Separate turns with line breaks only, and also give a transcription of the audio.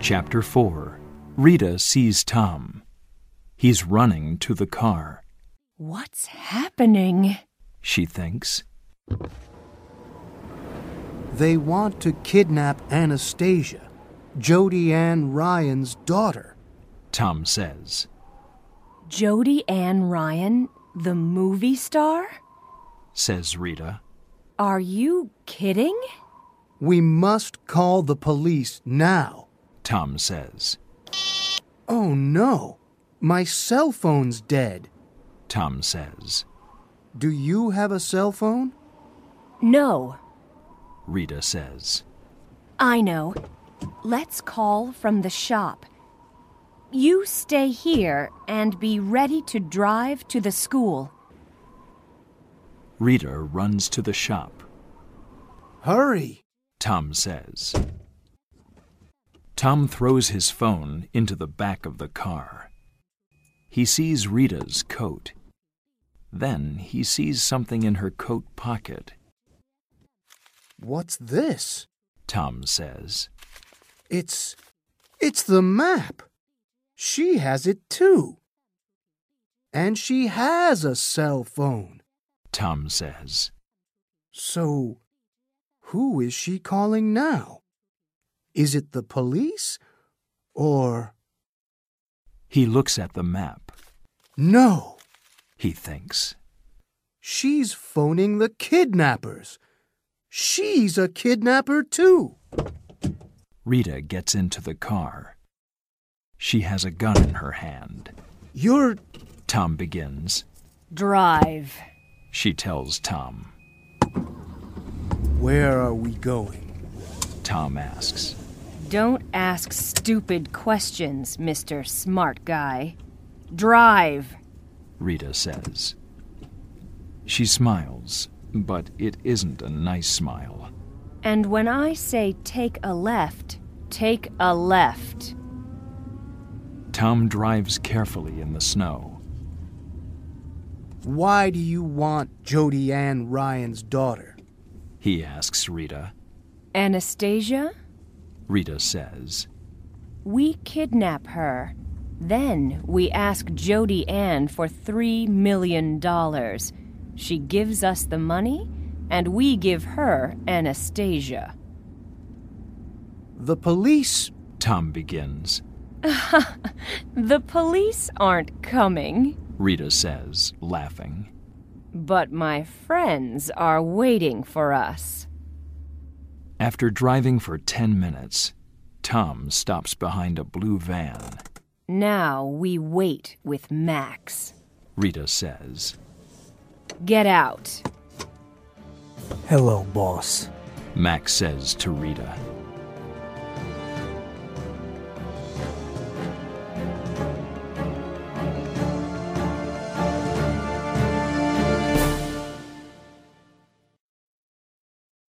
Chapter 4 Rita sees Tom. He's running to the car,
What's happening?
she thinks.
They want to kidnap Anastasia, Jody Ann Ryan's daughter.
Tom says.
Jody Ann Ryan, the movie star?
Says Rita.
Are you kidding?
We must call the police now.
Tom says.
Oh no, my cell phone's dead.
Tom says.
Do you have a cell phone?
No,
Rita says.
I know. Let's call from the shop. You stay here and be ready to drive to the school.
Rita runs to the shop.
Hurry!
Tom says. Tom throws his phone into the back of the car. He sees Rita's coat. Then he sees something in her coat pocket,
What's this?
Tom says.
It's. It's the map. She has it too. And she has a cell phone.
Tom says.
So, who is she calling now? Is it the police? Or.
He looks at the map,
No!
he thinks.
She's phoning the kidnappers. She's a kidnapper too.
Rita gets into the car. She has a gun in her hand.
You're.
Tom begins.
Drive.
She tells Tom.
Where are we going?
Tom asks.
Don't ask stupid questions, Mr. Smart Guy. Drive.
Rita says. She smiles, but it isn't a nice smile.
And when I say take a left, take a left.
Tom drives carefully in the snow.
Why do you want Jody Ann Ryan's daughter?
He asks Rita.
Anastasia,
Rita says.
we kidnap her. Then we ask Jody Ann for $3 million. She gives us the money, and we give her Anastasia.
The police.
Tom begins.
The police aren't coming,
Rita says, laughing.
but my friends are waiting for us.
After driving for 10 minutes, Tom stops behind a blue van.
Now we wait with Max.
Rita says.
Get out.
Hello, boss.
Max says to Rita.